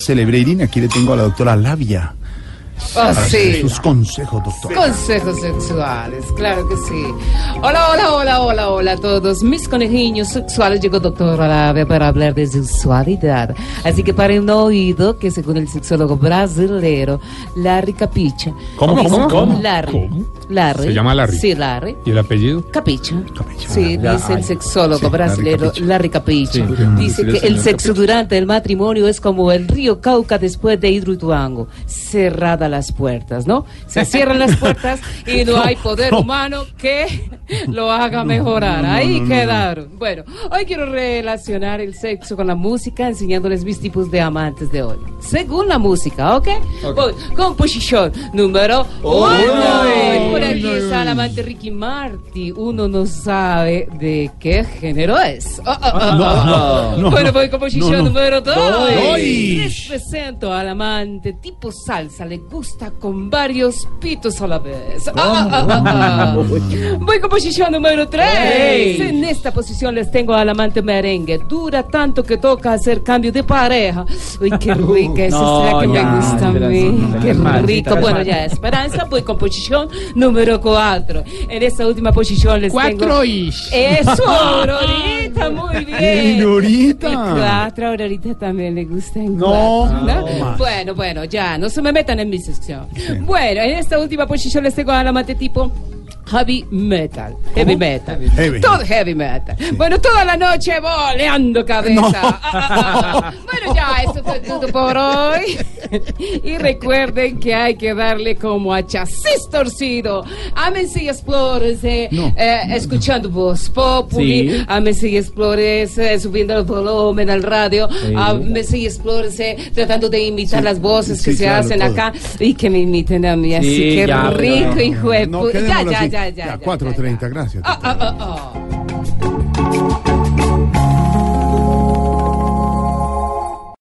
Celebrating, aquí le tengo a la doctora Labia para Ah, hacer sí. sus consejos, doctor. Consejos sexuales, claro que sí. Hola, hola, hola, hola, hola a todos mis conejillos sexuales. Llegó doctor Arabia para hablar de sexualidad. Así que para un oído que según el sexólogo brasilero Larry Capicha. ¿Cómo, dice- cómo, cómo? Larry. ¿Cómo? Larry. ¿Se llama Larry? Sí, Larry. ¿Y el apellido? Capicha. Capicha. Sí, Ah, dice ay. el sexólogo Sí, brasilero Larry Capicha. Larry Capicha. dice que el sexo durante el matrimonio es como el río Cauca después de Hidroituango. Cerradas las puertas, ¿no? Se cierran las puertas y no, hay poder humano que lo haga mejorar. Ahí quedaron. Bueno, hoy quiero relacionar el sexo con la música enseñándoles mis tipos de amantes de hoy. Según la música, ¿ok? Voy con posición número uno. Por aquí está el amante Ricky Marty. Uno no sabe de qué género es. Oh, oh, oh, oh, oh. Ah, no, no, Bueno, no. voy con posición No, no. número dos. Doy. Les presento al amante tipo salsa. Le gusta con varios pitos a la vez. Ah, ah, ah, ah, ah. Voy con posición número tres. En esta posición les tengo al amante merengue. Dura tanto que toca hacer cambio de pareja. Uy, qué rica. Esa es la que me gusta a mí. Qué rico. Bueno, ya, Esperanza. Voy con posición número cuatro. En esta última posición les tengo... Cuatro y... Eso, Aurorita, muy bien. Señorita. Y cuatro Aurorita también le gustan. No, cuatro, no más. Bueno, bueno, ya, no se me metan en mi sección. Bueno, en esta última posición les tengo a la mate tipo. Heavy metal, heavy metal, Heavy. todo heavy metal. Bueno, toda la noche boleando cabeza. Ah, ah, ah. Bueno, ya, esto fue todo por hoy. Y recuerden que hay que darle como a chasis torcido. Ámense y explórense eh, escuchando voz populi. Ámense y explórense eh, subiendo el volumen al radio. Ámense y explórense eh, tratando de imitar las voces que sí, se claro, hacen todo. acá y que me imiten a mí. así que rico, hijo de No, pu- quedémoslo ya, ya, así. ya, ya, Ya, ya, ya, 4.30, ya. gracias. Ah, ah, ah, ah.